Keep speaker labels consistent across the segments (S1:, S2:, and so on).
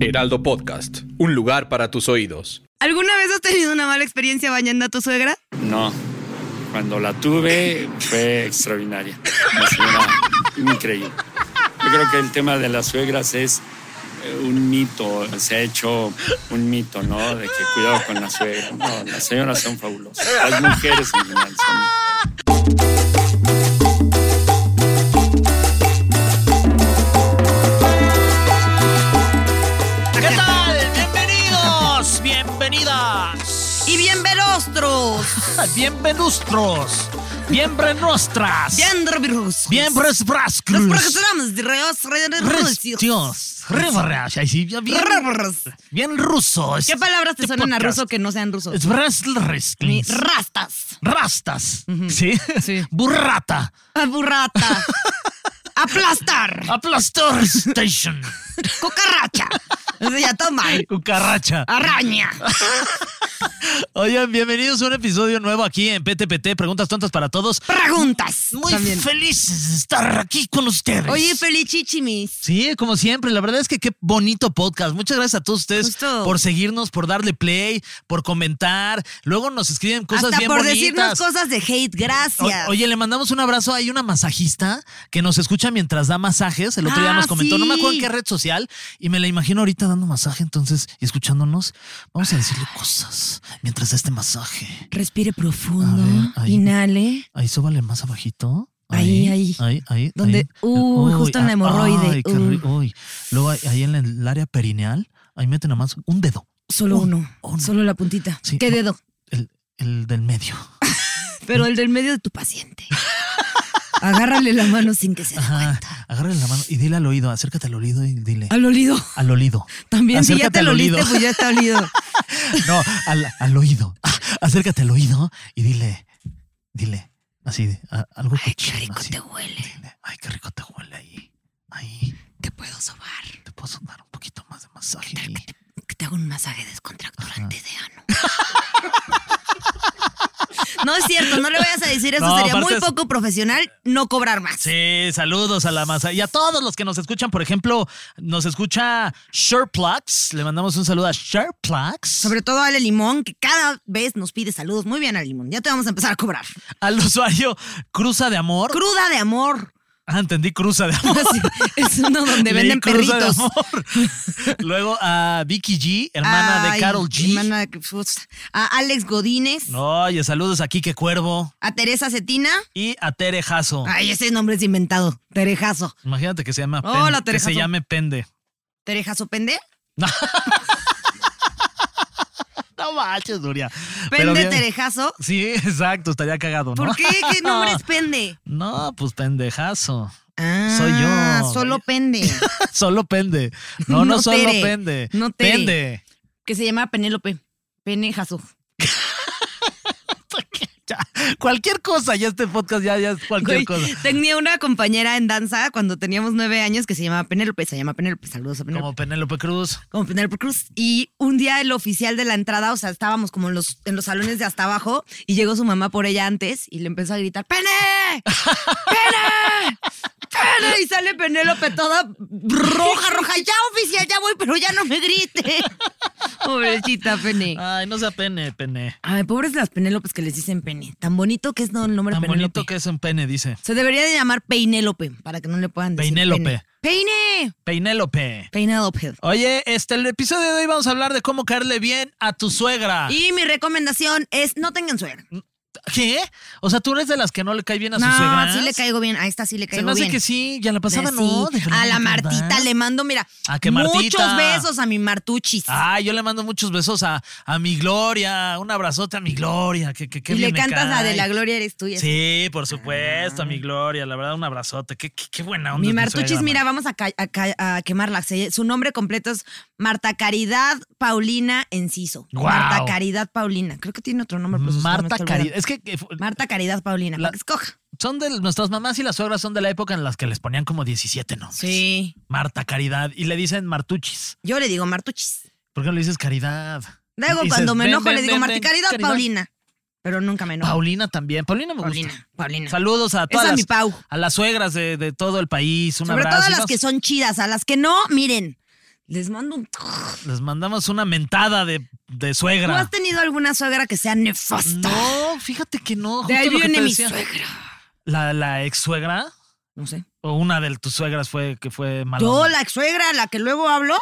S1: Heraldo Podcast, un lugar para tus oídos.
S2: ¿Alguna vez has tenido una mala experiencia bañando a tu suegra?
S3: No. Cuando la tuve fue extraordinaria. La señora, increíble. Yo creo que el tema de las suegras es eh, un mito, se ha hecho un mito, ¿no? De que cuidado con la suegra. No, las señoras son fabulosas. Las mujeres en general son.
S4: ¿Qué tal? Bienvenidos, bienvenidas.
S2: Y bien velostros,
S4: Ah, Bienvenustros, bienvenostras.
S2: bien robirros. Los
S4: Bienvresbrascus.
S2: programas de reos,
S4: Restios. Ribarras. Ay, sí, Bien, bien rusos.
S2: ¿Qué palabras te
S4: Este
S2: suenan a
S4: podcast.
S2: ruso que no sean rusos?
S4: Es
S2: Ni
S4: Braslersklis.
S2: rastas,
S4: Rastas. ¿Sí?
S2: Sí.
S4: Burrata.
S2: aburrata, aplastar,
S4: Aplastor Station.
S2: cucaracha. Eso ya toma.
S4: Cucaracha.
S2: Araña.
S4: Oigan, bienvenidos a un episodio nuevo aquí en PTPT. Preguntas tontas para todos.
S2: Preguntas.
S4: Muy
S2: también.
S4: felices de estar aquí con ustedes.
S2: Oye, feliz chichimis.
S4: Sí, como siempre, la verdad es que qué bonito podcast. Muchas gracias a todos ustedes
S2: Justo.
S4: por seguirnos, por darle play, por comentar. Luego nos escriben cosas
S2: Hasta
S4: bien
S2: por
S4: bonitas.
S2: decirnos cosas de hate,
S4: O-
S2: gracias.
S4: Oye, le mandamos un abrazo. Hay una masajista que nos escucha mientras da masajes. El otro día
S2: Ah,
S4: nos comentó, no me acuerdo en
S2: sí.
S4: qué red social, y me la imagino ahorita dando masaje, entonces, y escuchándonos. Vamos a decirle cosas mientras da este masaje.
S2: Respire profundo,
S4: A ver, ahí.
S2: inhale.
S4: Ahí súbale más abajito.
S2: Ahí, ahí.
S4: Ahí, ahí.
S2: Donde-
S4: ahí.
S2: uy, justo en la
S4: ah,
S2: hemorroide, uh.
S4: Ay, qué
S2: uy.
S4: ri- uy. Luego ahí, ahí en el área perineal, ahí mete nada más un dedo,
S2: Solo
S4: Un-
S2: uno,
S4: uno.
S2: solo la puntita.
S4: Oh, Sí,
S2: ¿Qué
S4: no.
S2: dedo?
S4: el, el del medio.
S2: Pero el del medio de tu paciente. Agárrale la mano sin que se dé
S4: Ajá.
S2: cuenta.
S4: Agárrale la mano y dile al oído, acércate al oído y dile.
S2: Al olido.
S4: Al olido.
S2: También, si ya
S4: Acércate
S2: te
S4: al
S2: lo oliste,
S4: olido.
S2: pues ya está olido.
S4: No, al, al oído. Acércate al oído y dile, dile, así, a- algo
S2: Ay, qué
S4: cochino,
S2: rico
S4: así.
S2: te huele.
S4: Dile, Ay, qué rico te huele ahí. Ahí.
S2: Te puedo sobar.
S4: Te puedo dar un poquito más de masaje.
S2: tal
S4: ahí.
S2: que te, que te hago un masaje descontracturante de ano. No es cierto, no le vayas a decir eso.
S4: No,
S2: Sería muy
S4: aparte es-
S2: poco profesional no cobrar más.
S4: Sí, saludos a la masa y a todos los que nos escuchan. Por ejemplo, nos escucha Sherplax. Le mandamos un saludo a Sherplax.
S2: Sobre todo Ale Limón, que cada vez nos pide saludos. Muy bien, Ale Limón. Ya te vamos a empezar a cobrar.
S4: Al usuario Cruza de Amor.
S2: Cruda de amor.
S4: ah, entendí, Cruza de Amor.
S2: Sí, es uno donde
S4: Leí
S2: venden
S4: Cruza de
S2: perritos.
S4: Amor. Luego a Vicky G, hermana
S2: Ay,
S4: de Carol G.
S2: hermana de- pues, a Alex Godínez,
S4: Oye, saludos a Quique Cuervo
S2: a Teresa Cetina.
S4: y a Tere Jasso.
S2: Ay, ese nombre es inventado. Terejazo.
S4: Imagínate que se llama
S2: Hola,
S4: Pende,
S2: Tere
S4: que se
S2: Jasso.
S4: llame Pende.
S2: Terejazo Pende.
S4: No manches, Nuria. Pero
S2: Pende
S4: bien.
S2: Terejazo.
S4: Sí, exacto, estaría cagado, ¿no?
S2: ¿Por qué? ¿Qué nombre es Pende?
S4: No, pues pendejazo.
S2: Ah,
S4: Soy yo.
S2: Solo Pende.
S4: Solo pende. No, no,
S2: No,
S4: solo
S2: Tere.
S4: pende.
S2: No, Tere.
S4: Pende.
S2: Que se llama Penélope. Penejazo.
S4: Ya, cualquier cosa, ya este podcast ya, ya es cualquier
S2: Güey,
S4: cosa.
S2: Tenía una compañera en danza cuando teníamos nueve años que se llamaba Penélope. Se llama Penélope. Saludos a Penélope.
S4: Como Penélope Cruz.
S2: como Penélope Cruz. Y un día el oficial de la entrada, o sea, estábamos como en los, en los salones de hasta abajo y llegó su mamá por ella antes y le empezó a gritar, ¡Pene! ¡Pene! ¡Pene! Y sale Penélope toda roja, roja. Ya, oficial, ya voy, pero ya no me grite. Pobrecita Pene.
S4: Ay, no sea pene, pene.
S2: Ay, pobres las Penélopes que les dicen Pene. Tan bonito que es no, el nombre
S4: Tan
S2: Penélope.
S4: bonito que es un pene, dice.
S2: Se debería de llamar Peinélope para que no le puedan decir
S4: Peinélope.
S2: Pene. ¡Peine!
S4: Penélope.
S2: Peinélope.
S4: Oye, este, el episodio de hoy vamos a hablar de cómo caerle bien a tu suegra.
S2: Y mi recomendación es no tengan suegra.
S4: ¿Qué? O sea, tú eres de las que no le cae bien a su
S2: no,
S4: suegra.
S2: sí le caigo bien. A esta sí le
S4: Se
S2: caigo
S4: me hace
S2: bien. Pues
S4: que sí, ya la pasada
S2: Sí.
S4: no. de
S2: a la
S4: verdad.
S2: Martita le mando, mira,
S4: ¿A qué
S2: muchos
S4: Martita?
S2: besos a mi Martuchis.
S4: Ah, yo le mando muchos besos a, a mi Gloria, un abrazote a mi Gloria, que, que, que
S2: y le
S4: bien me
S2: cantas la de
S4: cae.
S2: la gloria eres tuya.
S4: Sí, por supuesto, a mi Gloria, la verdad, un abrazote, qué, qué, qué buena onda.
S2: Ah. Mi
S4: es
S2: Martuchis,
S4: suegra,
S2: mira,
S4: man.
S2: vamos a, ca- a ca- a quemarla. Se- Su nombre completo es Marta Caridad Paulina Enciso.
S4: Guau.
S2: Marta Caridad Paulina. Creo que tiene otro nombre. pero pues, se me
S4: Marta
S2: está
S4: Caridad,
S2: olvidando.
S4: es que que fu-
S2: Marta Caridad Paulina.
S4: La-
S2: para que escoja.
S4: son de nuestras mamás y las suegras son de la época en las que les ponían como 17 nombres.
S2: Sí.
S4: Marta Caridad, y le dicen Martuchis.
S2: Yo le digo Martuchis.
S4: ¿Por qué no le dices Caridad?
S2: Luego,
S4: Dices,
S2: cuando me
S4: "Ven,
S2: enojo,
S4: ven,
S2: le digo
S4: ven,
S2: Marta
S4: ven,
S2: Caridad Paulina. Pero nunca me enojo.
S4: Paulina también, Paulina me gusta.
S2: Paulina. Paulina.
S4: Saludos a todas
S2: Esa es mi
S4: las,
S2: Pau.
S4: a las suegras de, de todo el país, un
S2: Sobre
S4: abrazo.
S2: todo a
S4: y
S2: las
S4: no-
S2: que son chidas, a las que no, miren, Les mando un...
S4: Les mandamos una mentada de, de
S2: ¿Tú
S4: suegra.
S2: has tenido alguna suegra que sea nefasta?
S4: No, fíjate que no.
S2: de ahí
S4: justo lo que
S2: viene
S4: te
S2: mi
S4: decía.
S2: suegra.
S4: ¿La, la ex suegra?
S2: No sé.
S4: ¿O una de tus suegras fue que fue mala?
S2: Yo,
S4: onda?
S2: la suegra, la que luego habló,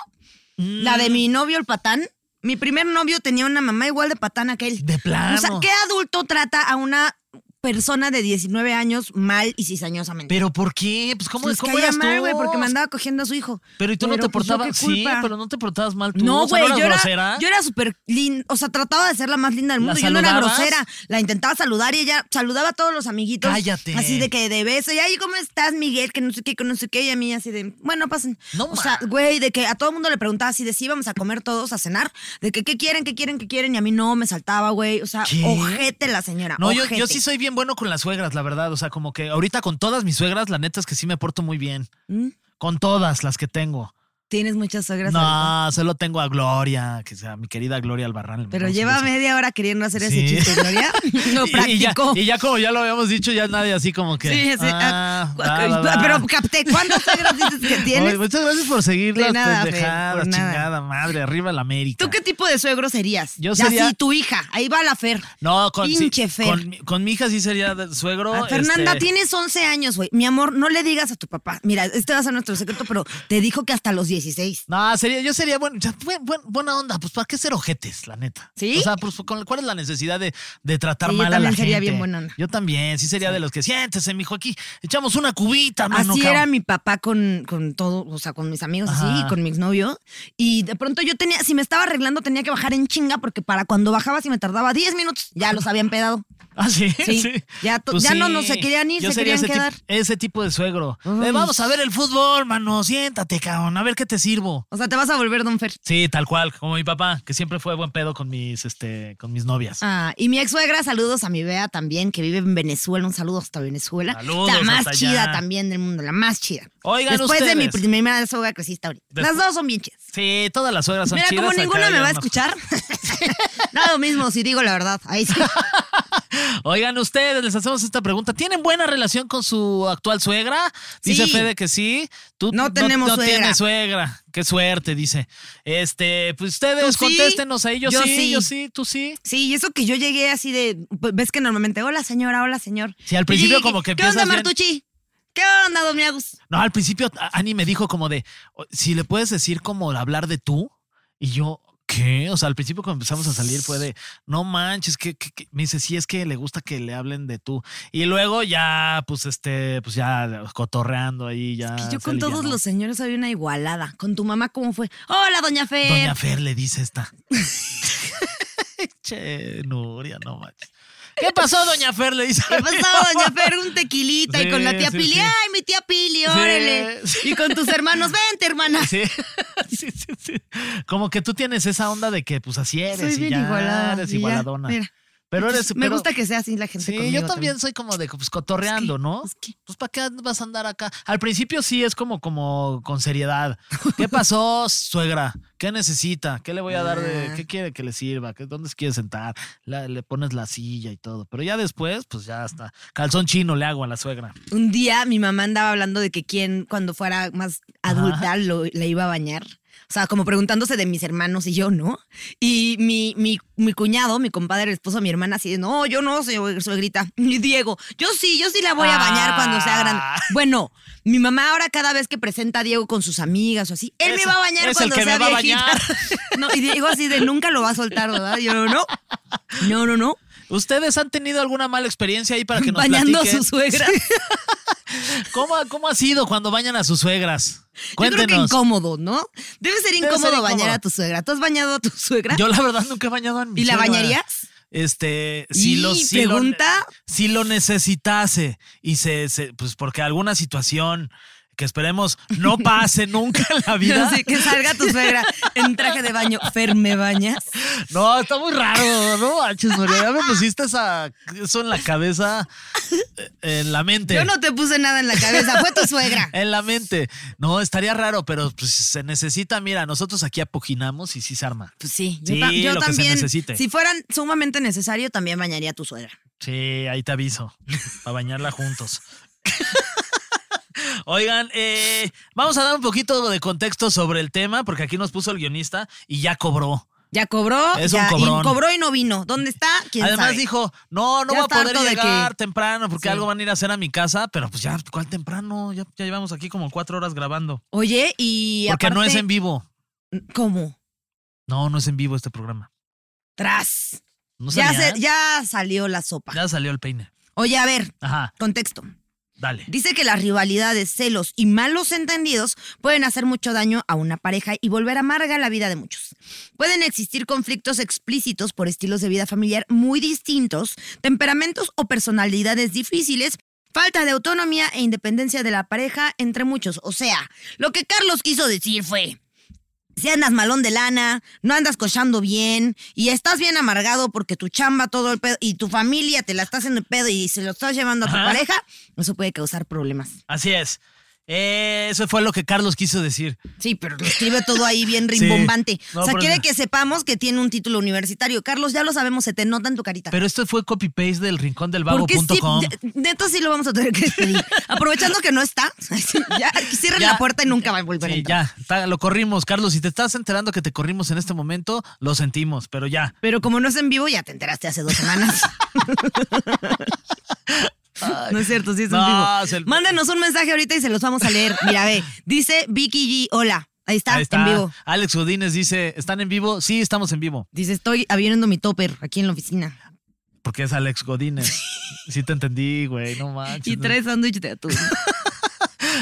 S4: Mm,
S2: la de mi novio, el patán. Mi primer novio tenía una mamá igual de patán aquel.
S4: Mm, De plano.
S2: O sea, ¿qué adulto trata a una persona de 19 años mal y cizañosamente?
S4: ¿Pero por qué? Pues cómo,
S2: Pues
S4: cómo
S2: caía
S4: eras
S2: mal,
S4: tú?
S2: güey, porque me andaba cogiendo a su hijo.
S4: Pero y tú no te
S2: pues, yo
S4: portabas.
S2: qué
S4: Sí,
S2: culpa.
S4: pero no te portabas mal tú.
S2: No,
S4: o sea,
S2: güey,
S4: eras
S2: yo,
S4: grosera?
S2: era, yo era súper linda. O sea, trataba de ser la más linda del
S4: ¿La
S2: mundo. Yo no era
S4: saludabas?
S2: grosera. La intentaba saludar y ella saludaba a todos los amiguitos.
S4: Cállate.
S2: Así de que de beso. Y ay, ¿cómo estás, Miguel? Que no sé qué, que no sé qué. Y a mí así de, bueno, pasen.
S4: No,
S2: o sea,
S4: ma.
S2: güey, de que a todo el mundo le preguntaba así de si íbamos a comer todos a cenar. De que qué quieren, qué quieren, qué quieren. Y a mí no, me saltaba, güey. O sea,
S4: ¿Qué?
S2: ojete la señora.
S4: No, yo,
S2: ojete.
S4: yo sí soy bien bueno con las suegras, la verdad. O sea, como que ahorita con todas mis suegras, la neta es que sí me porto muy bien.
S2: ¿Mm?
S4: Con todas las que tengo.
S2: Tienes muchas suegras. ahorita.
S4: No, solo tengo a Gloria, que sea mi querida Gloria Albarrán. le
S2: Pero
S4: mandamos un
S2: lleva
S4: beso.
S2: media hora queriendo hacer
S4: Sí.
S2: ese chiste, Gloria. Lo
S4: Y- y ya-
S2: practicó.
S4: Y, ya, como ya lo habíamos dicho, ya nadie así como que.
S2: Sí, sí.
S4: ah,
S2: ah,
S4: va, va, va.
S2: Pero capté, ¿cuántas suegras dices que tienes?
S4: Oye, muchas gracias por seguir las
S2: De nada, Fer,
S4: pendejadas,
S2: por nada.
S4: chingada madre, arriba la América.
S2: ¿Tú qué tipo de suegro serías?
S4: Yo
S2: Ya
S4: sería-
S2: sí, tu hija. Ahí va la Fer.
S4: No, con, sí,
S2: Pinche Fer.
S4: con, mi- con mi hija sí sería de- suegro.
S2: Ah, Fernanda,
S4: este,
S2: tienes 11 años, güey. Mi amor, no le digas a tu papá. Mira, este va a ser nuestro secreto, pero te dijo que hasta los 16.
S4: No, sería, yo sería buen- ya, buen- buen- buena onda, pues ¿para qué ser ojetes, la neta?
S2: ¿Sí?
S4: O sea, pues, con- ¿cuál es la necesidad de, de tratar
S2: Sí, yo
S4: mal a la
S2: también sería
S4: gente?
S2: bien buena onda.
S4: Yo también, sí sería de los que siéntese, mijo, aquí echamos una cubita, mano.
S2: Así
S4: cabrón".
S2: era mi papá con, con todo, o sea, con mis amigos, así,
S4: Ajá.
S2: y con mi exnovio. Y de pronto yo tenía, si me estaba arreglando, tenía que bajar en chinga, porque para cuando bajaba, si me tardaba 10 minutos, ya los habían pedado.
S4: Ah, sí, sí. Pues
S2: Sí. Ya to- ya no- no se querían ir,
S4: Yo
S2: se
S4: sería
S2: querían
S4: ese
S2: quedar.
S4: Tipo, ese tipo de suegro.
S2: Ay.
S4: Eh, vamos a ver el fútbol, mano. Siéntate, cabrón. A ver qué te sirvo.
S2: O sea, te vas a volver, don Fer.
S4: Sí, tal cual, como mi papá, que siempre fue buen pedo con mis, este, con mis novias.
S2: Ah, y mi ex suegra, saludos a mi Bea también, que vive en Venezuela. Un saludo hasta Venezuela.
S4: Saludos
S2: la más
S4: hasta allá.
S2: chida también del mundo, la más chida.
S4: Oigan
S2: Después de mi
S4: ustedes.
S2: primera suegra que sí está ahorita.
S4: Después-
S2: Las dos son bien chidas.
S4: Sí, todas las suegras son
S2: Mira,
S4: chidas.
S2: como
S4: acá
S2: ninguna
S4: hay
S2: me va a
S4: unas-
S2: escuchar. Nada lo mismo si digo la verdad. Ahí sí.
S4: Oigan, ustedes les hacemos esta pregunta. ¿Tienen buena relación con su actual suegra? Dice
S2: Sí.
S4: Fede que sí. Tú
S2: No tenemos
S4: no
S2: suegra.
S4: tienes suegra. Qué suerte, dice. Este, pues ustedes
S2: ¿Tú sí?
S4: contéstenos ahí. Yo,
S2: Yo
S4: sí,
S2: sí.
S4: yo sí, tú sí.
S2: Sí, y eso que yo llegué así de. pues, Ves que normalmente, hola señora, hola señor.
S4: Sí, al
S2: Y
S4: principio
S2: llegué,
S4: como que
S2: ¿Qué onda,
S4: empiezas bien.
S2: Martucci? ¿Qué onda, don Miagus?
S4: No, al principio a- Ani me dijo como de, "O- si le puedes decir como hablar de tú. Y yo, ¿qué? O sea, al principio cuando empezamos a salir fue de, no manches, que, me dice, sí, es que le gusta que le hablen de tú. Y luego ya, pues, este, pues ya cotorreando ahí, ya.
S2: Que yo
S4: se
S2: con todos
S4: alivianó.
S2: los señores había una igualada. Con tu mamá, ¿cómo fue? Hola, doña Fer.
S4: Doña Fer le dice esta. che, Nuria, no manches. ¿Qué pasó, Doña Fer? Le dice.
S2: ¿Qué pasó, doña Fer? Un tequilita
S4: Sí,
S2: y con la tía
S4: sí,
S2: Pili.
S4: sí.
S2: ¡Ay, mi tía Pili, órale!
S4: sí.
S2: Y con tus hermanos, vente, hermana.
S4: Sí. sí, sí, sí. Como que tú tienes esa onda de que pues así eres
S2: Soy
S4: y
S2: bien
S4: ya
S2: igualada.
S4: eres
S2: y ya,
S4: igualadona.
S2: mira.
S4: pero eres
S2: Entonces, Me
S4: pero-
S2: gusta que sea así la gente
S4: Sí,
S2: conmigo
S4: yo también soy como de pues cotorreando, ¿no?
S2: es que-
S4: Pues para qué vas a andar acá. Al principio sí es como como con seriedad. ¿Qué pasó, suegra? ¿Qué necesita? ¿Qué le voy a dar de
S2: Ah.
S4: qué quiere que le sirva? ¿Qué, dónde se quiere sentar? La- le pones la silla y todo. Pero ya después pues ya está. Calzón chino le hago a la suegra.
S2: Un día mi mamá andaba hablando de que quién, cuando fuera más adulta, lo, la iba a bañar. O sea, como preguntándose de mis hermanos y yo, ¿no? Y mi, mi, mi cuñado, mi compadre, el esposo de mi hermana, así de, no, yo no, se- suegrita. Y Diego, yo sí, yo sí la voy a bañar cuando sea grande.
S4: Ah.
S2: Bueno, mi mamá ahora cada vez que presenta a Diego con sus amigas o así, él
S4: Es-
S2: me va a bañar
S4: es el
S2: cuando
S4: que me
S2: sea
S4: va a
S2: viejita.
S4: bañar.
S2: No, y Diego así de, nunca lo va a soltar, ¿verdad? Y Yo, no, no, no, no.
S4: ¿Ustedes han tenido alguna mala experiencia ahí para que nos
S2: Bañando a
S4: platiquen?
S2: su suegra.
S4: ¿Cómo, ¿Cómo ha sido cuando bañan a sus suegras? Cuéntenos.
S2: Yo creo que incómodo, ¿no? Debe ser
S4: Debe
S2: incómodo
S4: ser incómodo.
S2: bañar a tu suegra. ¿Tú has bañado a tu suegra?
S4: Yo, la verdad nunca he bañado a mi
S2: ¿Y la
S4: suegra.
S2: bañarías?
S4: Este, si
S2: Y
S4: lo, si lo-
S2: pregunta.
S4: si lo necesitase y se, se- pues porque alguna situación que esperemos no pase nunca en la vida.
S2: Así que salga tu suegra en traje de baño. Fer, ¿me bañas?
S4: No, está muy raro, no manches, Nuria, ya me pusiste esa, eso en la cabeza, eh, en la mente.
S2: Yo no te puse nada en la cabeza. Fue tu suegra.
S4: En la mente. No, estaría raro, pero pues, se necesita. Mira, nosotros aquí apoginamos y sí se arma.
S2: Pues sí,
S4: Sí,
S2: yo, ta- yo
S4: lo que se
S2: también.
S4: necesite.
S2: Si fueran sumamente necesario, también bañaría a tu suegra.
S4: Sí, ahí te aviso. Para bañarla juntos. Oigan, eh, vamos a dar un poquito de contexto sobre el tema, porque aquí nos puso el guionista y ya cobró.
S2: Ya cobró,
S4: Es
S2: ya,
S4: un cobrón.
S2: y cobró y no vino. ¿Dónde está? ¿Quién
S4: Además
S2: sabe?
S4: dijo, no, no
S2: Ya
S4: voy a
S2: está
S4: poder
S2: harto de
S4: llegar
S2: que-
S4: temprano porque
S2: Sí.
S4: algo van a ir a hacer a mi casa, pero pues ya, ¿cuál temprano? Ya, ya llevamos aquí como cuatro horas grabando.
S2: Oye, y
S4: porque no es
S2: aparte-
S4: en vivo.
S2: ¿Cómo?
S4: No, no es en vivo este programa.
S2: Tras.
S4: No
S2: ya,
S4: sabía. ¿eh?
S2: se- ya salió la sopa.
S4: Ya salió el peine.
S2: Oye, a ver,
S4: Ajá,
S2: contexto.
S4: dale.
S2: Dice que las rivalidades, celos y malos entendidos pueden hacer mucho daño a una pareja y volver amarga la vida de muchos. Pueden existir conflictos explícitos por estilos de vida familiar muy distintos, temperamentos o personalidades difíciles, falta de autonomía e independencia de la pareja, entre muchos. O sea, lo que Carlos quiso decir fue... Si andas malón de lana, no andas cochando bien y estás bien amargado porque tu chamba todo el pedo y tu familia te la está haciendo el pedo y se lo estás llevando a tu
S4: Ajá.
S2: pareja, eso puede causar problemas.
S4: Así es. Eh, eso fue lo que Carlos quiso decir.
S2: Sí, pero lo escribe todo ahí bien rimbombante.
S4: No,
S2: o sea,
S4: pero-
S2: quiere que sepamos que tiene un título universitario. Carlos, ya lo sabemos, se te nota en tu carita.
S4: Pero esto fue copy-paste del rincón del
S2: Porque sí,
S4: vago.com.
S2: ya- neta sí lo vamos a tener que despedir. Aprovechando que no está, ya, que cierren
S4: Ya.
S2: la puerta y nunca va a volver a
S4: Sí,
S2: entrar.
S4: ya, está, lo corrimos, Carlos. Si te estás enterando que te corrimos en este momento, lo sentimos, pero ya.
S2: Pero como no es en vivo, ya te enteraste hace dos semanas. No es cierto, sí es
S4: No,
S2: en vivo.
S4: es el-
S2: Mándenos un mensaje ahorita y se los vamos a leer. Mira, ve, dice Vicky G, hola. Ahí está,
S4: Ahí
S2: en vivo.
S4: Alex Godínez dice, ¿están en vivo? Sí, estamos en vivo,
S2: Dice, estoy abriendo mi topper aquí en la oficina.
S4: porque es Alex Godínez. sí te entendí, güey, no manches.
S2: Y tres sándwiches de atún.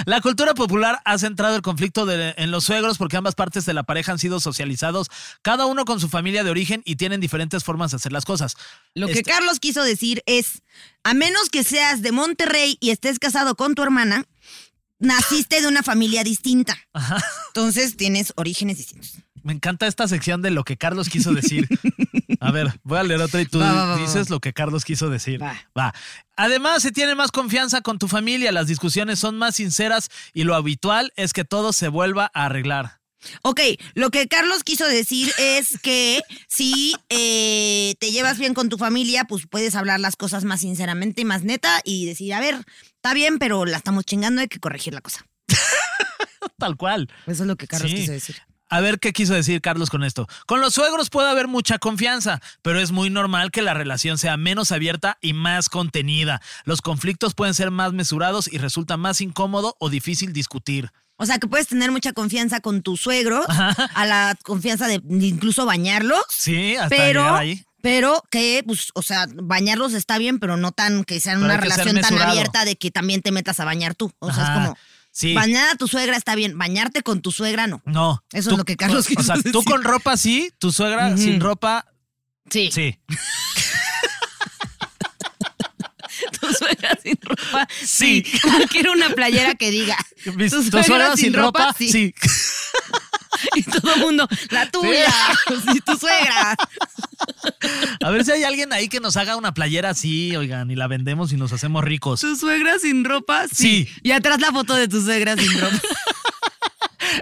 S4: La cultura popular ha centrado el conflicto de- en los suegros porque ambas partes de la pareja han sido socializados, cada uno con su familia de origen y tienen diferentes formas de hacer las cosas.
S2: Lo que
S4: Este-
S2: Carlos quiso decir es, a menos que seas de Monterrey y estés casado con tu hermana, naciste de una familia distinta. Entonces tienes orígenes distintos.
S4: Me encanta esta sección de lo que Carlos quiso decir. A ver, voy a leer otra y tú
S2: Va, va, va,
S4: dices
S2: va.
S4: lo que Carlos quiso decir.
S2: Va.
S4: Va. Además, se tiene más confianza con tu familia, las discusiones son más sinceras y lo habitual es que todo se vuelva a arreglar.
S2: Ok, lo que Carlos quiso decir es que si eh, te llevas bien con tu familia, pues puedes hablar las cosas más sinceramente, más neta y decir, a ver, está bien, pero la estamos chingando, hay que corregir la cosa.
S4: Tal cual.
S2: Eso es lo que Carlos
S4: Sí.
S2: quiso decir.
S4: A ver qué quiso decir Carlos con esto. Con los suegros puede haber mucha confianza, pero es muy normal que la relación sea menos abierta y más contenida. Los conflictos pueden ser más mesurados y resulta más incómodo o difícil discutir.
S2: O sea, que puedes tener mucha confianza con tu suegro, a la confianza de incluso bañarlos,
S4: Sí, hasta llegar
S2: pero,
S4: ahí.
S2: pero que, pues, o sea, bañarlos está bien, pero no tan que sean
S4: Pero
S2: una
S4: hay que ser
S2: relación tan
S4: mesurado.
S2: abierta de que también te metas a bañar tú. O sea,
S4: Ajá,
S2: es como,
S4: sí.
S2: bañar a tu suegra está bien, bañarte con tu suegra no.
S4: No.
S2: Eso es
S4: Tú-
S2: lo que Carlos
S4: O
S2: quiso
S4: sea, tú
S2: decir.
S4: con ropa sí, tu suegra
S2: Ujú.
S4: sin ropa
S2: Sí.
S4: sí.
S2: Tu suegra sin ropa.
S4: Sí.
S2: Sí. Quiero una playera que diga.
S4: Mis- Tu suegra, sin ropa, sí.
S2: Y todo el mundo, la tuya. Sí, tu suegra.
S4: A ver si hay alguien ahí que nos haga una playera así, oigan, y la vendemos y nos hacemos ricos.
S2: Tu suegra sin ropa,
S4: sí. Sí.
S2: Y atrás la foto de tu suegra sin ropa.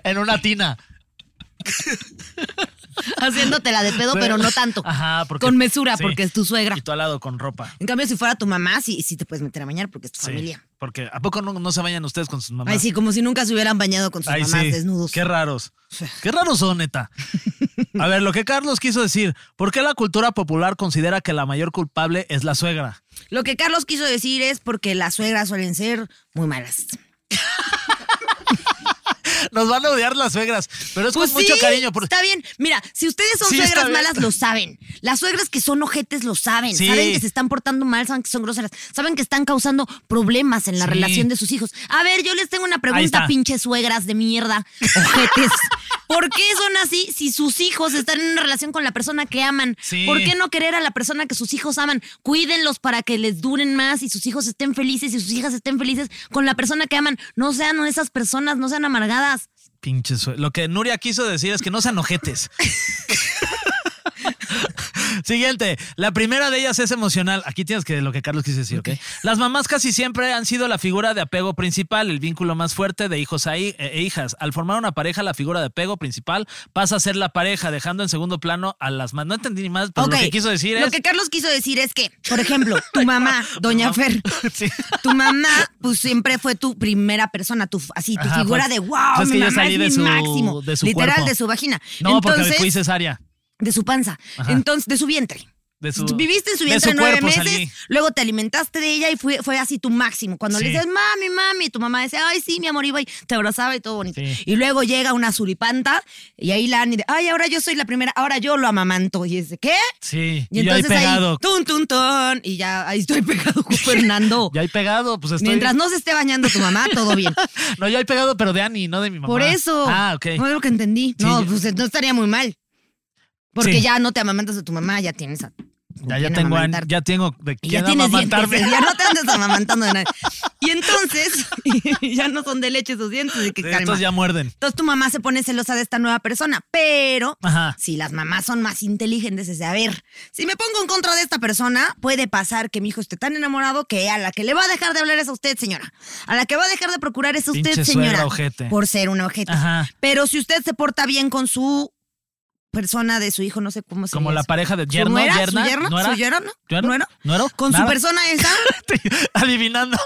S4: En una tina.
S2: Haciéndotela de pedo, pero no tanto.
S4: Ajá, porque-
S2: Con mesura,
S4: sí.
S2: porque es tu suegra.
S4: Y tú al lado con ropa.
S2: En cambio, si fuera tu mamá, sí, sí te puedes meter a bañar porque es tu
S4: Sí.
S2: familia.
S4: Porque ¿a poco no, no se bañan ustedes con sus mamás?
S2: Ay, sí, como si nunca se hubieran bañado con sus
S4: Ay,
S2: mamás
S4: sí.
S2: desnudos.
S4: Qué raros. Qué raros son, neta. A ver, lo que Carlos quiso decir, ¿por qué la cultura popular considera que la mayor culpable es la suegra?
S2: Lo que Carlos quiso decir es porque las suegras suelen ser muy malas.
S4: Nos van a odiar las suegras, pero es
S2: Pues
S4: con mucho
S2: sí,
S4: cariño. por-
S2: Está bien. Mira, si ustedes son
S4: Sí, está
S2: suegras
S4: bien.
S2: malas, lo saben. Las suegras que son ojetes lo saben.
S4: Sí.
S2: Saben que se están portando mal, saben que son groseras, saben que están causando problemas en la
S4: Sí.
S2: relación de sus hijos. A ver, yo les tengo una
S4: está.
S2: pregunta, pinches suegras de mierda, ojetes. ¿Por qué son así si sus hijos están en una relación con la persona que aman?
S4: Sí.
S2: ¿Por qué no querer a la persona que sus hijos aman? Cuídenlos para que les duren más y sus hijos estén felices y sus hijas estén felices con la persona que aman. No sean esas personas, no sean amargadas.
S4: Pinche sue- Lo que Nuria quiso decir es que no sean ojetes. Siguiente. La primera de ellas es emocional. Aquí tienes que lo que Carlos quiso decir, ¿ok? Las mamás casi siempre han sido la figura de apego principal, el vínculo más fuerte de hijos a hi- e hijas. Al formar una pareja, la figura de apego principal pasa a ser la pareja, dejando en segundo plano a las más. No entendí ni más, pero
S2: Ok,
S4: Pues lo que quiso decir
S2: Lo
S4: es.
S2: que Carlos quiso decir es que, por ejemplo, tu mamá, doña Fer,
S4: Sí.
S2: tu mamá, pues siempre fue tu primera persona, tu, así, tu
S4: Ajá,
S2: figura
S4: pues,
S2: de wow,
S4: pues, es
S2: mi
S4: que yo
S2: mamá
S4: salí
S2: es
S4: de
S2: mi
S4: su-
S2: máximo.
S4: de su
S2: literal,
S4: cuerpo.
S2: de su vagina.
S4: No, porque
S2: Entonces,
S4: fui cesárea.
S2: de su panza.
S4: Ajá.
S2: Entonces, de su vientre.
S4: De su,
S2: Tú viviste en su
S4: de
S2: vientre
S4: su
S2: nueve
S4: cuerpo
S2: meses,
S4: salí.
S2: luego te alimentaste de ella y fue, fue así tu máximo. Cuando le
S4: Sí.
S2: dices, mami, mami, tu mamá decía, ay, sí, mi amor, iba y te abrazaba y todo bonito.
S4: Sí.
S2: Y luego llega una suripanta y ahí la Ani de, ay, ahora yo soy la primera, ahora yo lo amamanto. Y es de, ¿qué?
S4: Sí.
S2: Y
S4: Y, yo ahí
S2: entonces ahí,
S4: pegado.
S2: tun, tun, tun, y ya ahí estoy pegado con Fernando.
S4: Ya ahí pegado, pues estoy.
S2: Mientras no se esté bañando tu mamá, todo bien.
S4: No, yo ahí pegado, pero de Ani, no de mi mamá.
S2: Por eso.
S4: Ah, ok.
S2: No es lo que entendí.
S4: Sí,
S2: no,
S4: yo-
S2: pues no estaría muy mal. Porque
S4: Sí.
S2: ya no te amamantas de tu mamá, ya tienes a.
S4: Ya, ya tengo, Ani-
S2: amamantar.
S4: ya tengo de
S2: Y ya
S4: quién
S2: tienes dientes,
S4: amamantarme.
S2: ya no te andas amamantando de nadie. Y entonces, ya no son de leche sus dientes, y que
S4: Sí,
S2: calma.
S4: Estos ya muerden.
S2: Entonces tu mamá se pone celosa de esta nueva persona, pero
S4: Ajá.
S2: si las mamás son más inteligentes, es de, a ver, si me pongo en contra de esta persona, puede pasar que mi hijo esté tan enamorado que a la que le va a dejar de hablar es a usted, señora. A la que va a dejar de procurar es a usted,
S4: Pinche
S2: señora.
S4: suegra ojete.
S2: Por ser una ojete.
S4: Ajá.
S2: Pero si usted se porta bien con su persona de su hijo, no sé cómo se
S4: Como la
S2: llama.
S4: pareja de
S2: ¿Su
S4: yerno,
S2: nuera?
S4: yerna,
S2: ¿Su yerno?
S4: nuera,
S2: ¿Su yerno?
S4: ¿Nuero?
S2: ¿Nuero?
S4: ¿Nuero?
S2: Con su
S4: Nada.
S2: persona esa,
S4: Adivinando.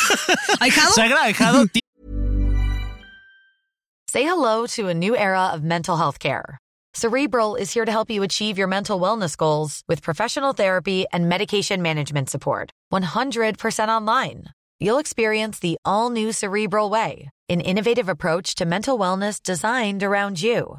S2: ahijado.
S4: Suegra, dejado.
S5: Say hello to a new era of mental health care. Cerebral is here to help you achieve your mental wellness goals with professional therapy and medication management support. 100% online. You'll experience the all new Cerebral Way, an innovative approach to mental wellness designed around you.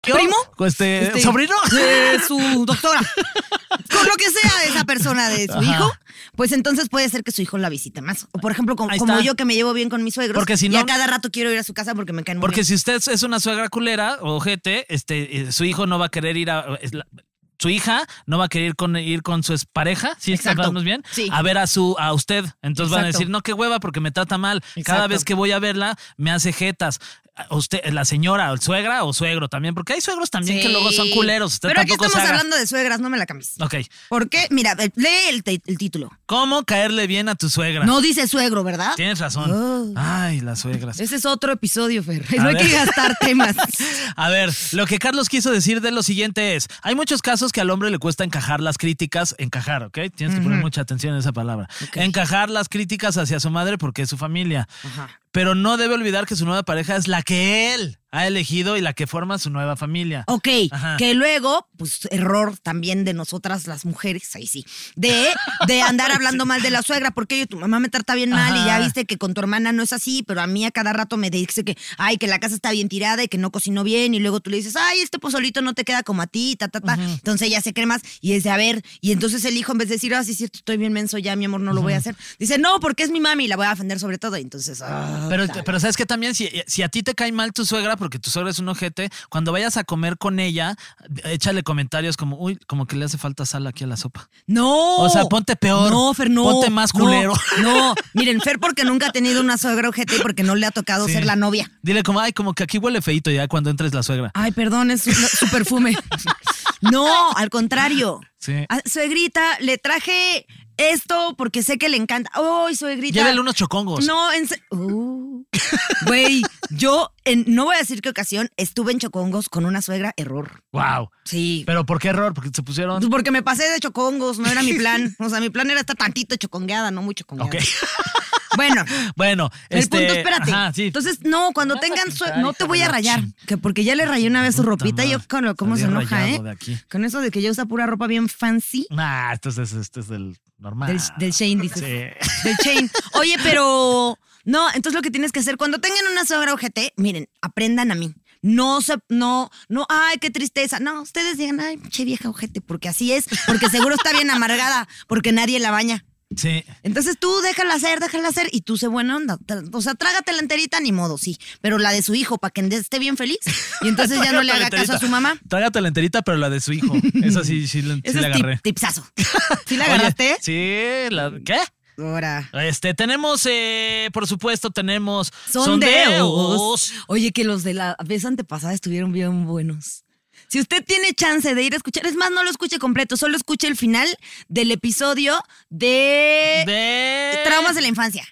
S2: ¿Primo?
S4: Este,
S2: Este,
S4: ¿Sobrino?
S2: de su doctora. Con lo que sea de esa persona, de su
S4: Ajá.
S2: hijo, pues entonces puede ser que su hijo la visite más. O por ejemplo, com-
S4: Ahí
S2: como
S4: está.
S2: yo que me llevo bien con mis suegros
S4: Porque si
S2: y a
S4: no-
S2: cada rato quiero ir a su casa porque me caen muy
S4: Porque
S2: bien.
S4: si usted es una suegra culera o ojete, este, eh, su hijo no va a querer ir a. es la- su hija no va a querer ir con, ir con su pareja, si
S2: Exacto.
S4: estamos bien,
S2: Sí.
S4: a ver a su a usted. Entonces van a
S2: Exacto.
S4: decir, no, qué hueva, porque me trata mal.
S2: Exacto.
S4: Cada vez que voy a verla, me hace jetas. A Usted, la señora, o suegra o suegro también, porque hay suegros también que luego son
S2: Sí.
S4: culeros. Usted
S2: Pero aquí
S4: tampoco se
S2: estamos
S4: haga.
S2: hablando de suegras, no me la cambies.
S4: Ok.
S2: ¿Por qué? Mira, ve- lee el, te- el título.
S4: ¿Cómo caerle bien a tu suegra?
S2: No dice suegro, ¿verdad?
S4: Tienes razón.
S2: Oh.
S4: Ay, las suegras.
S2: Ese es otro episodio, Fer.
S4: A
S2: No hay
S4: ver.
S2: que gastar temas.
S4: A ver, lo que Carlos quiso decir de lo siguiente es, hay muchos casos que al hombre le cuesta encajar las críticas, encajar, ¿ok? Tienes que poner mucha atención en esa palabra. Encajar las críticas hacia su madre porque es su familia. Pero no debe olvidar que su nueva pareja es la que él ha elegido y la que forma su nueva familia.
S2: Ok,
S4: Ajá.
S2: que luego, pues error también de nosotras las mujeres, ahí sí, de, de andar hablando mal de la suegra, porque oye, tu mamá me trata bien mal y ya
S4: Ajá.
S2: viste que con tu hermana no es así, pero a mí a cada rato me dice que, ay, que la casa está bien tirada y que no cocinó bien, y luego tú le dices, ay, este pozolito no te queda como a ti, ta, ta, ta, entonces ella se cree más y es de, a ver, y entonces el hijo en vez de decir, ah, sí, es cierto, estoy bien menso ya, mi amor, no lo voy a hacer, dice, no, porque es mi mami y la voy a defender sobre todo, y entonces, ah,
S4: Pero, pero sabes que también, si, si a ti te cae mal tu suegra, porque tu suegra es un ojete, cuando vayas a comer con ella, échale comentarios como, uy, como que le hace falta sal aquí a la sopa.
S2: No.
S4: O sea, ponte peor.
S2: No, Fer, no.
S4: Ponte más
S2: No,
S4: culero.
S2: No, miren, Fer porque nunca ha tenido una suegra ojete y porque no le ha tocado
S4: Sí.
S2: ser la novia.
S4: Dile como, ay, como que aquí huele feito ya cuando entres la suegra.
S2: Ay, perdón, es su, su perfume. No, al contrario.
S4: Sí.
S2: Ah, Suegrita, le traje esto porque sé que le encanta. Ay, suegrita.
S4: Llévele unos chocongos.
S2: No, en se- Uh. Güey, yo en- no voy a decir qué ocasión estuve en Chocongos con una suegra, error.
S4: Wow.
S2: Sí.
S4: Pero ¿por qué error? Porque se pusieron.
S2: Pues porque me pasé de chocongos, no era mi plan. O sea, mi plan era estar tantito chocongueada, no muy chocongueada.
S4: Ok.
S2: Bueno,
S4: Bueno,
S2: el
S4: este,
S2: punto, espérate.
S4: ajá, sí.
S2: Entonces, no, cuando
S4: Me vas a
S2: tengan su-
S4: quitar,
S2: no
S4: hija
S2: te voy
S4: de
S2: a
S4: la
S2: rayar,
S4: chin.
S2: que porque ya le rayé una vez su
S4: Puta
S2: ropita y yo
S4: madre,
S2: con lo- cómo se
S4: salió
S2: enoja,
S4: rayado
S2: ¿eh?
S4: de aquí.
S2: Con eso de que ella usa pura ropa bien fancy
S4: Nah, esto es, esto es del normal.
S2: del, del Shane, dices.
S4: Sí.
S2: Del Shane. Oye, pero No, entonces lo que tienes que hacer cuando tengan una suegra ojete, miren, aprendan a mí. No se, no, no, ay, qué tristeza. No, ustedes digan, ay, che vieja ojete, porque así es, porque seguro está bien amargada, porque nadie la baña.
S4: Sí.
S2: Entonces tú déjala hacer, déjala hacer y tú sé buena onda. Tra- O sea, trágatela enterita, ni modo, sí. Pero la de su hijo, para que ende- esté bien feliz. Y entonces ya no le haga caso a su mamá.
S4: Trágatela enterita, pero la de su hijo. Esa sí, sí, la- sí
S2: Ese
S4: la
S2: es tip-
S4: agarré.
S2: tipsazo. ¿Sí la
S4: Oye,
S2: agarraste?
S4: sí, la, ¿qué?
S2: Ahora.
S4: Este, tenemos, eh, por supuesto, tenemos
S2: Sondeos.
S4: sondeos.
S2: Oye, que los de la vez antepasada estuvieron bien buenos. Si usted tiene chance de ir a escuchar, es más, no lo escuche completo, solo escuche el final del episodio de,
S4: de
S2: Traumas de la Infancia.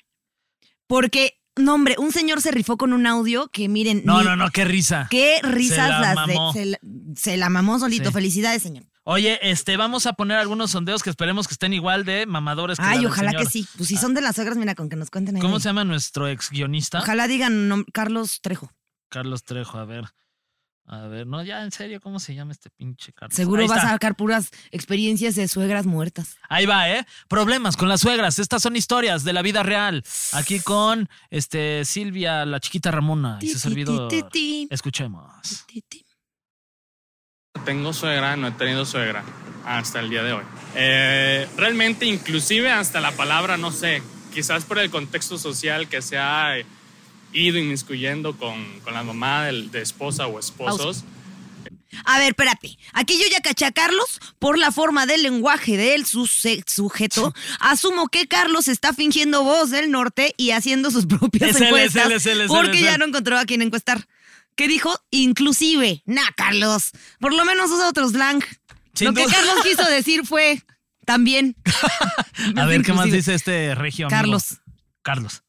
S2: Porque, no, hombre, un señor se rifó con un audio que miren.
S4: No,
S2: ni-
S4: no, no, qué risa.
S2: Qué risas
S4: la
S2: las
S4: mamó.
S2: de. Se la, se la mamó solito.
S4: Sí.
S2: Felicidades, señor.
S4: Oye, este, vamos a poner algunos sondeos que esperemos que estén igual de mamadores que la
S2: Ay,
S4: del
S2: ojalá
S4: señor. Ah.
S2: que sí. Pues si son de las suegras, mira, con que nos cuenten ahí.
S4: ¿Cómo se llama nuestro ex guionista?
S2: Ojalá digan nom- Carlos Trejo.
S4: Carlos Trejo, a ver. A ver, no, ya, en serio, ¿cómo se llama este pinche Carlos?
S2: Seguro
S4: Ahí
S2: vas a
S4: está.
S2: sacar puras experiencias de suegras muertas.
S4: Ahí va, ¿eh? Problemas con las suegras. Estas son historias de la vida real. Aquí con este Silvia, la chiquita Ramona
S2: Ti,
S4: y su
S2: ti, ti,
S4: servidor.
S2: ti, ti.
S4: Escuchemos.
S2: Ti, ti.
S6: Tengo suegra, no he tenido suegra hasta el día de hoy. Eh, realmente, inclusive hasta la palabra, no sé, quizás por el contexto social que se ha eh, ido inmiscuyendo con, con la mamá del- de esposa o esposos.
S2: A ver, espérate. Aquí yo ya caché a Carlos por la forma del lenguaje del suse- sujeto. Asumo que Carlos está fingiendo voz del norte y haciendo sus propias
S4: Es él, es
S2: encuestas.
S4: él, es él, es él,
S2: porque
S4: es él.
S2: ya no encontró a quien encuestar. ¿Qué dijo? Inclusive. Nah, Carlos. Por lo menos usa otro slang.
S4: Sin
S2: lo que
S4: duda.
S2: Carlos quiso decir fue también.
S4: A ver, ¿qué más
S2: Inclusive.
S4: dice este regio? amigo?
S2: Carlos.
S4: Carlos.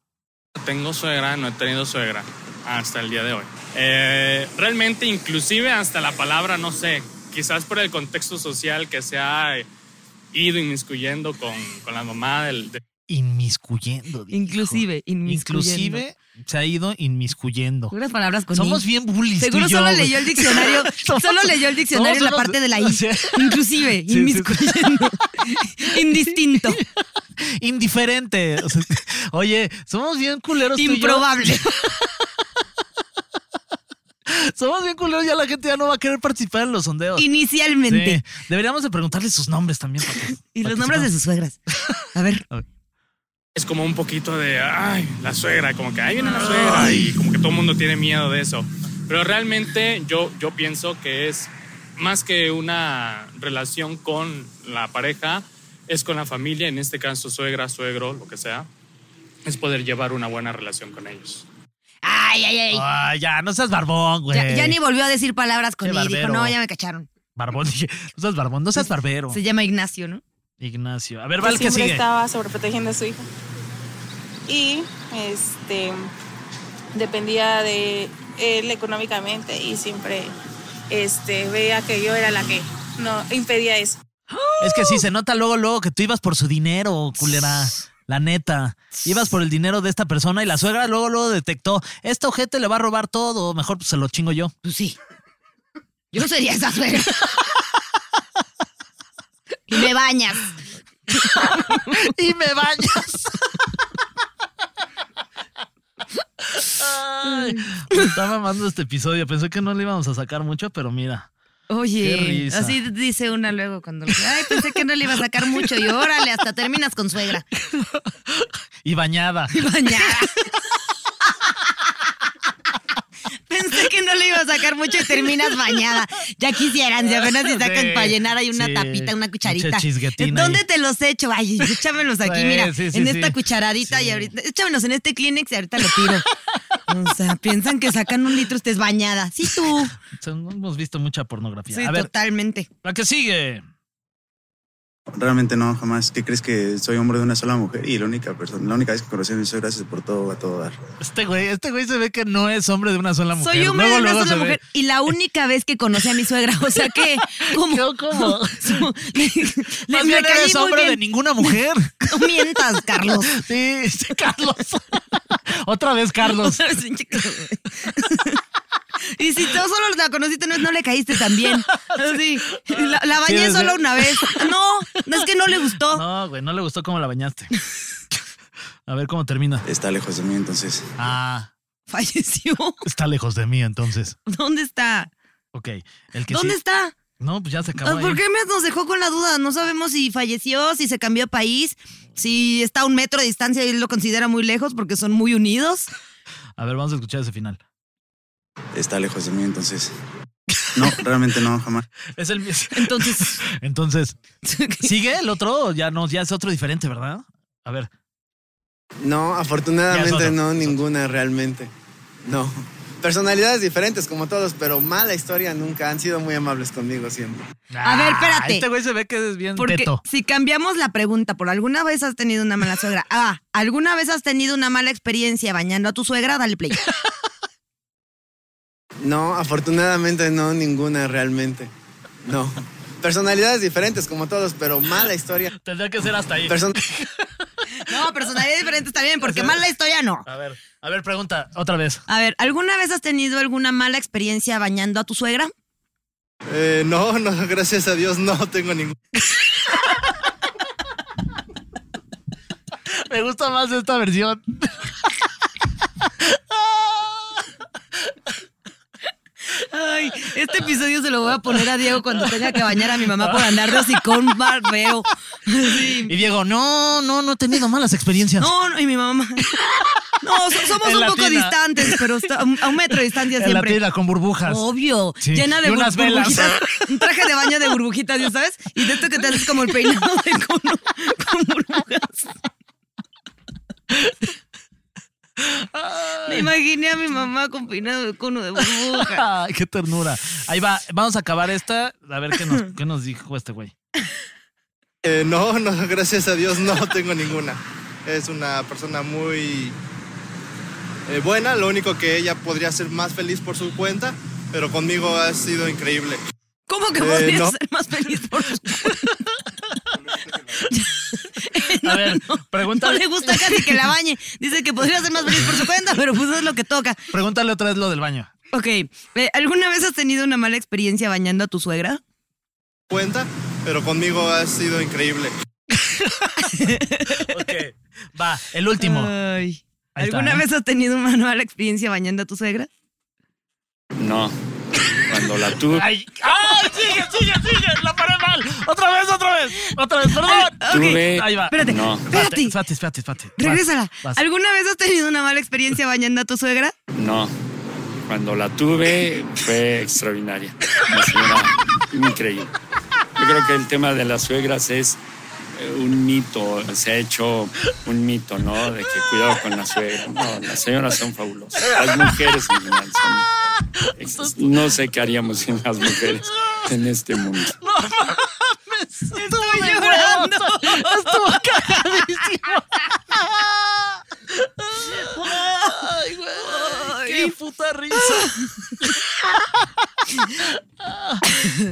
S6: Tengo suegra, no he tenido suegra hasta el día de hoy. Eh, realmente, inclusive hasta la palabra, no sé, quizás por el contexto social que se ha eh, ido inmiscuyendo con, con la mamá del... de-
S4: Inmiscuyendo. dijo.
S2: Inclusive, inmiscuyendo.
S4: Inclusive se ha ido inmiscuyendo.
S2: Puras palabras con
S4: Somos
S2: i.
S4: bien bullies. tú y
S2: Seguro
S4: yo,
S2: solo
S4: güey.
S2: leyó el diccionario.
S4: Somos-
S2: solo leyó el diccionario
S4: somos
S2: la
S4: unos-
S2: parte de la I.
S4: o sea,
S2: Inclusive,
S4: sí.
S2: inmiscuyendo. Indistinto.
S4: indiferente. O sea, oye, somos bien culeros. tú y yo.
S2: improbable.
S4: Somos bien culeros. Ya la gente ya no va a querer participar en los sondeos.
S2: Inicialmente.
S4: Sí. Deberíamos de preguntarle sus nombres también. para que-
S2: Y
S4: para
S2: los
S4: que
S2: nombres de
S4: sepamos.
S2: sus suegras. A ver.
S6: es como un poquito de, ay, la suegra, como que ahí viene la suegra y como que todo el mundo tiene miedo de eso. Pero realmente yo, yo pienso que es más que una relación con la pareja, es con la familia, en este caso suegra, suegro, lo que sea, es poder llevar una buena relación con ellos.
S2: Ay, ay, ay.
S4: Ay, ya, no seas barbón, güey.
S2: Ya, ya ni volvió a decir palabras con
S4: Qué
S2: I. Dijo,
S4: barbero.
S2: no, ya me cacharon.
S4: Barbón, dije, no seas barbón, no seas barbero.
S2: Se llama Ignacio, ¿no?
S4: Ignacio. A ver,
S7: que
S4: Val, ¿qué
S7: siempre
S4: sigue?
S7: estaba sobreprotegiendo a su hijo. Y este dependía de él económicamente y siempre este veía que yo era la que no impedía eso.
S4: Es que sí, se nota luego, luego que tú ibas por su dinero, culera. La neta, ibas por el dinero de esta persona y la suegra luego, luego detectó, este ojete le va a robar todo, mejor pues se lo chingo yo.
S2: Pues sí. Yo sería esa suegra. Y me bañas.
S4: y me bañas. Ay, me está mamando este episodio. Pensé que no le íbamos a sacar mucho, pero mira. Qué
S2: Oye,
S4: risa.
S2: así dice una luego cuando le ay, pensé que no le iba a sacar mucho y órale, hasta terminas con suegra.
S4: Y bañada.
S2: Bañada. Pensé que no le iba a sacar mucho y terminas bañada. Ya quisieran, si apenas se sacan
S4: Sí,
S2: para llenar hay una
S4: sí.
S2: tapita, una cucharita.
S4: Mucha chisguetina
S2: ¿Dónde
S4: ahí.
S2: te los echo? Ay, échamelos aquí,
S4: Sí,
S2: mira,
S4: sí, sí,
S2: en
S4: sí.
S2: esta cucharadita
S4: Sí.
S2: y ahorita, échamelos en este Kleenex y ahorita lo tiro. O sea, piensan que sacan un litro, estés bañada. Sí, tú.
S4: O sea, no Hemos visto mucha pornografía.
S2: Sí,
S4: a ver,
S2: totalmente.
S4: la que sigue.
S8: Realmente no, jamás. ¿Qué crees que soy hombre de una sola mujer? Y la única persona, la única vez que conocí a mi suegra se portó a todo dar.
S4: Este güey, este güey se ve que no es hombre de una sola mujer.
S2: Soy hombre
S4: Luego,
S2: de
S4: luego
S2: una sola
S4: se ve.
S2: mujer y la única vez que conocí a mi suegra, o sea que como
S4: Yo como-
S2: le,
S4: Más
S2: le-
S4: bien
S2: me caí
S4: eres
S2: muy
S4: hombre de
S2: bien.
S4: ninguna mujer.
S2: No mientas, Carlos.
S4: Sí, sí, Carlos. Otra vez, Carlos.
S2: Y si tú solo la conociste una vez, no le caíste tan bien. Así. La, la bañé
S4: Sí, sí.
S2: solo una vez. No, no es que no le gustó.
S4: No, güey, no le gustó cómo la bañaste. A ver cómo termina.
S8: Está lejos de mí, entonces.
S4: Ah,
S2: Falleció.
S4: está lejos de mí entonces.
S2: ¿Dónde está?
S4: Ok. El que
S2: ¿Dónde
S4: sí-
S2: está?
S4: No, pues ya se acabó.
S2: Ah, ¿Por
S4: ahí.
S2: qué me- nos dejó con la duda? No sabemos si falleció, si se cambió de país, si está a un metro de distancia y él lo considera muy lejos porque son muy unidos.
S4: A ver, vamos a escuchar ese final.
S8: Está lejos de mí, entonces. No, realmente no, jamás.
S4: Es el mismo.
S2: Entonces,
S4: Entonces, ¿sigue el otro? o Ya no, ya es otro diferente, ¿verdad? A ver.
S9: No,
S4: Ya es
S9: afortunadamente
S4: otro,
S9: no,
S4: es otro.
S9: ninguna realmente. No. Personalidades diferentes como todos, pero mala historia nunca. Han sido muy amables conmigo siempre.
S2: A ver, espérate.
S4: Este güey se ve que es bien
S2: porque
S4: teto.
S2: si cambiamos la pregunta por alguna vez has tenido una mala suegra, ah, alguna vez has tenido una mala experiencia bañando a tu suegra, dale play.
S9: No, afortunadamente no, ninguna realmente. No. Personalidades diferentes como todos, pero mala historia.
S4: Tendría que ser hasta ahí.
S9: Person-
S2: No, personalidades diferentes también, porque mala historia no.
S4: A ver, a ver, pregunta otra vez.
S2: A ver, ¿alguna vez has tenido alguna mala experiencia bañando a tu suegra?
S9: Eh, no, no, gracias a Dios no tengo ningún...
S4: Me gusta más esta versión.
S2: Ay, este episodio se lo voy a poner a Diego cuando tenga que bañar a mi mamá por andar de hocicón barbeo. Sí.
S4: Y Diego, no, no, no he tenido malas experiencias.
S2: No, no, y mi mamá. No, so- somos
S4: En
S2: un
S4: la
S2: poco
S4: tina.
S2: distantes, pero está a un a un metro de distancia
S4: en la
S2: siempre. Oh,
S4: tela con burbujas.
S2: Obvio,
S4: Sí,
S2: llena de
S4: y
S2: bur-
S4: unas velas.
S2: burbujitas. Un traje de baño de burbujitas, ¿ya sabes? Y de esto que te haces como el peinado de cono con burbujas. Me imaginé a mi mamá con peinado de cono de burbujas.
S4: Ay, qué ternura. Ahí va, vamos a acabar esta. A ver qué nos, qué nos dijo este güey.
S9: Eh, no, no, gracias a Dios no tengo ninguna. Es una persona muy eh, buena, lo único que ella podría ser más feliz por su cuenta, pero conmigo ha sido increíble.
S2: ¿Cómo que
S9: Eh,
S2: podrías
S9: no.
S2: ser más feliz por su
S4: A ver,
S2: No
S4: pregúntale,
S2: le gusta casi que la bañe. Dice que podría ser más feliz por su cuenta, pero pues es lo que toca.
S4: pregúntale otra vez lo del baño.
S2: Ok, eh, ¿alguna vez has tenido una mala experiencia bañando a tu suegra?
S9: Cuenta, pero conmigo ha sido increíble.
S4: Ok, va, el último.
S2: Ah. Ay.
S4: Ahí está,
S2: ¿Alguna
S4: ¿eh?
S2: vez has tenido una mala experiencia bañando a tu suegra?
S3: No. Cuando la tuve,
S4: ¡Ay! ¡Ay! ¡Sigue, sigue, sigue! ¡La paré mal! ¡Otra vez, otra vez! ¡Otra vez, perdón!
S3: tuve.
S4: Ahí va.
S2: Espérate,
S3: No.
S2: espérate.
S4: Espérate, espérate, espérate.
S2: Regrésala.
S4: Vas, vas.
S2: ¿Alguna vez has tenido una mala experiencia bañando a tu suegra?
S3: No. Cuando la tuve fue extraordinaria. La señora, increíble. Yo creo que el tema de las suegras es eh, un mito, se ha hecho un mito, ¿no? De que cuidado con la suegra. No, las señoras son fabulosas. Las mujeres en general son. ex- No sé qué haríamos sin las mujeres en este mundo.
S2: Estoy llorando.
S4: Estuvo cagadísimo. Ay, güey. Qué puta risa.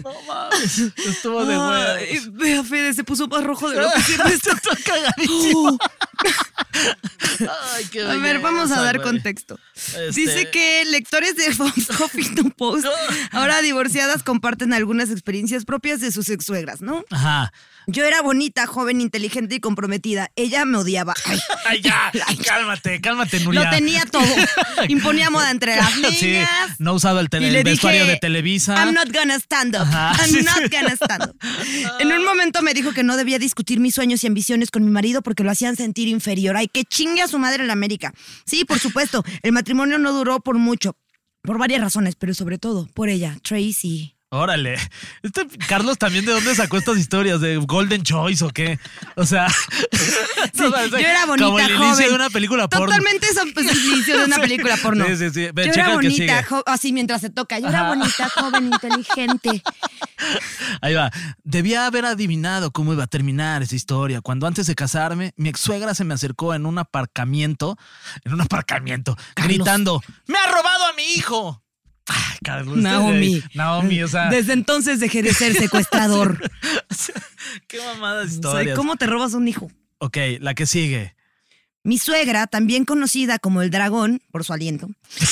S4: No mames. Estuvo de
S2: Ay,
S4: huevo.
S2: Vea, Fede, se puso más rojo de lo que siempre está.
S4: Estuvo cagadísimo. Ay, qué
S2: A ver,
S4: belleza,
S2: vamos a dar
S4: güey.
S2: contexto.
S4: Este-
S2: Dice que lectores de Huffington Post, ahora divorciadas, comparten algunas experiencias propias de sus ex suegras, ¿no?
S4: Ajá.
S2: Yo era bonita, joven, inteligente y comprometida. Ella me odiaba. Ay,
S4: Ay, ya. Cálmate, cálmate, Nuria.
S2: lo tenía todo. Imponía moda entre las niñas.
S4: Sí, no usaba el, tele- el vestuario de Televisa.
S2: I'm not gonna stand up.
S4: Ajá,
S2: I'm
S4: sí, sí.
S2: not gonna stand up. En un momento me dijo que no debía discutir mis sueños y ambiciones con mi marido porque lo hacían sentir inferior. Ay, que chingue a su madre en la América. Sí, por supuesto, el matrimonio no duró por mucho. Por varias razones, pero sobre todo por ella, Tracy.
S4: Órale. Este Carlos también de dónde sacó estas historias de Golden Choice o qué? O sea,
S2: Sí, yo era bonita,
S4: como el inicio
S2: joven.
S4: de una película porno.
S2: Totalmente eso pues, el inicio de una película porno.
S4: Sí, sí, sí. Ve,
S2: yo
S4: checa
S2: era
S4: el que
S2: bonita,
S4: sigue.
S2: jo- así mientras se toca. Yo era
S4: Ajá.
S2: bonita, joven, inteligente.
S4: Ahí va. Debía haber adivinado cómo iba a terminar esa historia. Cuando antes de casarme, mi ex suegra se me acercó en un aparcamiento, en un aparcamiento, gritando: ¡Me ha robado a mi hijo! Ay, Carlos. este
S2: Naomi.
S4: güey. Naomi, o sea.
S2: Desde entonces dejé de ser secuestrador.
S4: qué mamada
S2: O sea,
S4: historia.
S2: ¿Cómo te robas un hijo?
S4: Ok, la que sigue.
S2: Mi suegra, también conocida como el dragón, por su aliento,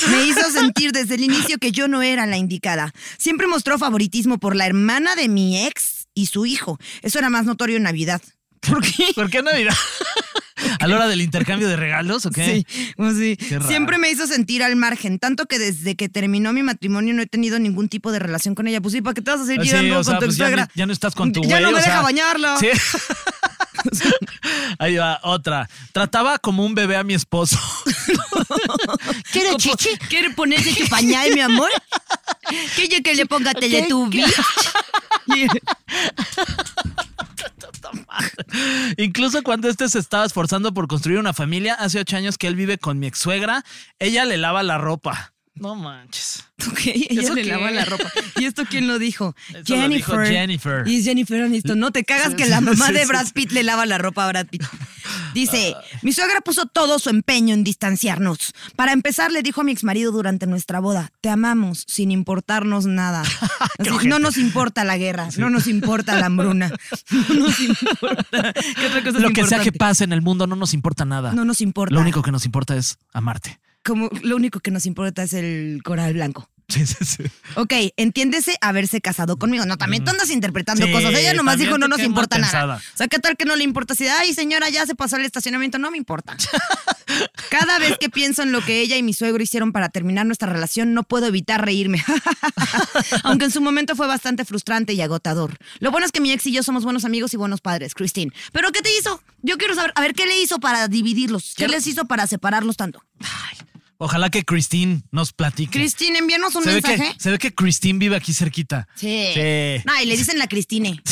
S2: me hizo sentir desde el inicio que yo no era la indicada. Siempre mostró favoritismo por la hermana de mi ex y su hijo. Eso era más notorio en Navidad. ¿Por qué?
S4: ¿Por qué Navidad? ¿A la hora del intercambio de regalos o qué?
S2: Sí, pues sí.
S4: Qué raro.
S2: Siempre me hizo sentir al margen, tanto que desde que terminó mi matrimonio no he tenido ningún tipo de relación con ella. Pues sí, ¿para qué te vas a seguir
S4: Ah, sí,
S2: llevando
S4: o
S2: con
S4: sea,
S2: tu
S4: pues ya,
S2: suegra?
S4: no- ya no estás con tu güey.
S2: Ya no me
S4: o sea,
S2: deja bañarlo.
S4: Sí. Ahí va, otra. Trataba como un bebé a mi esposo.
S2: ¿Quiere chichi? ¿Quiere ponerse tu pañal, mi amor? ¿Quiere que le ponga teletubbies?
S4: Incluso cuando este se estaba esforzando por construir una familia, hace ocho años que él vive con mi ex suegra, ella le lava la ropa. No manches.
S2: Ok, ella
S4: ¿Eso
S2: le
S4: qué?
S2: lava la ropa. ¿Y esto quién lo dijo?
S4: Eso lo dijo Jennifer.
S2: Y es Jennifer Aniston. No te cagas que la mamá de Brad Pitt le lava la ropa a Brad Pitt. Dice,
S4: Ah.
S2: mi suegra puso todo su empeño en distanciarnos. Para empezar, le dijo a mi exmarido durante nuestra boda, te amamos sin importarnos nada. Así, no nos importa la guerra, no nos importa la hambruna, no nos importa. ¿Qué otra cosa es
S4: Lo que sea que
S2: importante?
S4: pase en el mundo no nos importa nada.
S2: No nos importa.
S4: Lo único que nos importa es amarte.
S2: Como, lo único que nos importa es el coral blanco.
S4: Sí, sí, sí.
S2: Ok, entiéndese haberse casado conmigo. No, también tú andas interpretando
S4: Mm. Sí,
S2: cosas. Ella nomás
S4: también
S2: dijo,
S4: tú
S2: no nos
S4: qué
S2: importa
S4: mal
S2: nada.
S4: pensada.
S2: O sea, ¿qué tal que no le importa? Si, ay, señora, ya se pasó el estacionamiento, no me importa. Cada vez que pienso en lo que ella y mi suegro hicieron para terminar nuestra relación, no puedo evitar reírme. Aunque en su momento fue bastante frustrante y agotador. Lo bueno es que mi ex y yo somos buenos amigos y buenos padres, Christine. ¿Pero qué te hizo? Yo quiero saber, a ver, ¿qué le hizo para dividirlos? ¿Qué les hizo para separarlos tanto?
S4: Ojalá que Christine nos platique.
S2: Christine, envíanos un
S4: se, ve
S2: mensaje.
S4: que, se ve que Christine vive aquí cerquita.
S2: Sí.
S4: Sí.
S2: No, y le dicen la Cristine.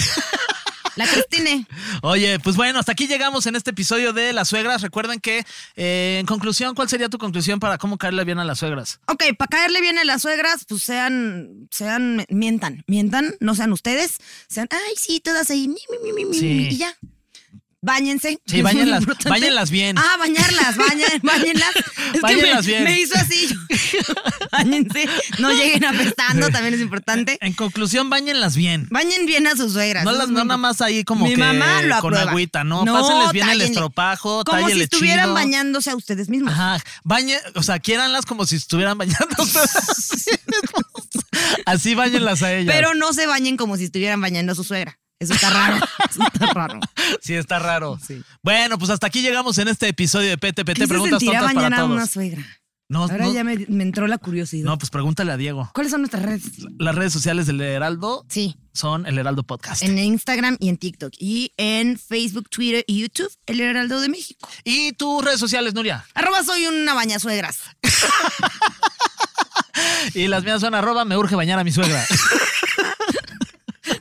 S2: La Cristine.
S4: Oye, pues bueno, hasta aquí llegamos en este episodio de Las Suegras. Recuerden que, eh, en conclusión, ¿cuál sería tu conclusión para cómo caerle bien a las suegras?
S2: Ok, para caerle bien a las suegras, pues sean, sean, mientan, mientan, no sean ustedes, sean, ay, sí, todas ahí, mi, mi, mi, mi, mi,
S4: Sí.
S2: mi, y ya. Báñense.
S4: Sí,
S2: es muy
S4: báñenlas,
S2: importante.
S4: báñenlas bien.
S2: Ah, bañarlas, baña, bañenlas. Es
S4: Báñenlas
S2: me,
S4: bien.
S2: Me hizo así. Báñense, no lleguen apestando, también es importante.
S4: En conclusión, báñenlas bien.
S2: Bañen bien a sus suegras.
S4: Eh, No
S2: eso
S4: las
S2: es muy
S4: no nada más ahí como
S2: Mi
S4: que
S2: mamá lo
S4: con
S2: aprueba.
S4: agüita, ¿no? Pásenles bien el
S2: tállenle.
S4: estropajo,
S2: Como si
S4: tállenle
S2: estuvieran
S4: chido.
S2: bañándose a ustedes mismos.
S4: Ajá, bañe, o sea, quiéranlas como si estuvieran bañando. Así bañenlas a ellas.
S2: Pero no se bañen como si estuvieran bañando a su suegra. Eso está raro. Eso está raro.
S4: Sí, está raro. Bueno, pues hasta aquí llegamos en este episodio de PTPT.
S2: ¿Qué se
S4: Preguntas
S2: sentirá
S4: tontas
S2: bañar
S4: para
S2: a una
S4: todos.
S2: suegra?
S4: No,
S2: Ahora
S4: no,
S2: ya me, me entró la curiosidad.
S4: no, pues pregúntale a Diego.
S2: ¿Cuáles son nuestras redes?
S4: Las redes sociales del Heraldo
S2: Sí,
S4: son el Heraldo Podcast.
S2: en Instagram y en TikTok. Y en Facebook, Twitter y YouTube, El Heraldo de México.
S4: ¿Y tus redes sociales, Nuria?
S2: Arroba soy una bañasuegras.
S4: Y las mías son arroba, me urge bañar a mi suegra.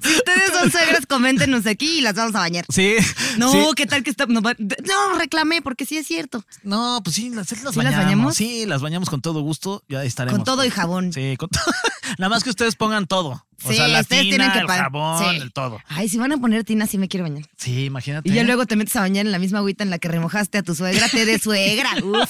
S2: Si ustedes son suegras, coméntenos aquí y las vamos a bañar.
S4: Sí.
S2: No,
S4: sí.
S2: ¿qué tal que está? No, va- no, reclamé porque sí es cierto.
S4: No, pues sí, las, sí las
S2: ¿Sí las
S4: bañamos.
S2: bañamos?
S4: Sí, las bañamos con todo gusto. Ya estaremos.
S2: Con todo y jabón.
S4: Sí, con todo. Nada más que ustedes pongan todo. O
S2: Sí,
S4: sea, la
S2: ustedes
S4: tina,
S2: tienen que
S4: el
S2: pagar.
S4: jabón,
S2: Sí.
S4: el todo.
S2: Ay, si van a poner tina, sí me quiero bañar.
S4: Sí, imagínate. ¿eh?
S2: Y ya luego te metes a bañar en la misma agüita en la que remojaste a tu suegra, te de suegra. Uf.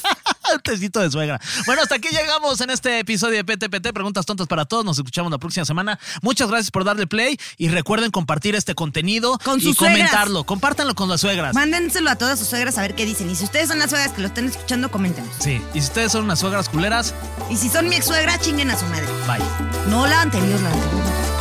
S4: Un tecito de suegra. Bueno, hasta aquí llegamos en este episodio de PTPT, Preguntas Tontas para Todos. Nos escuchamos la próxima semana. Muchas gracias por darle play y recuerden compartir este contenido
S2: Con
S4: y
S2: sus suegras.
S4: comentarlo. Compártanlo con las suegras.
S2: Mándenselo a todas sus suegras a ver qué dicen. Y si ustedes son las suegras que lo estén escuchando, coméntenos.
S4: Sí. Y si ustedes son unas suegras culeras,
S2: Y si son mi ex suegra, chinguen a su madre.
S4: bye.
S2: No la anterior, la anterior.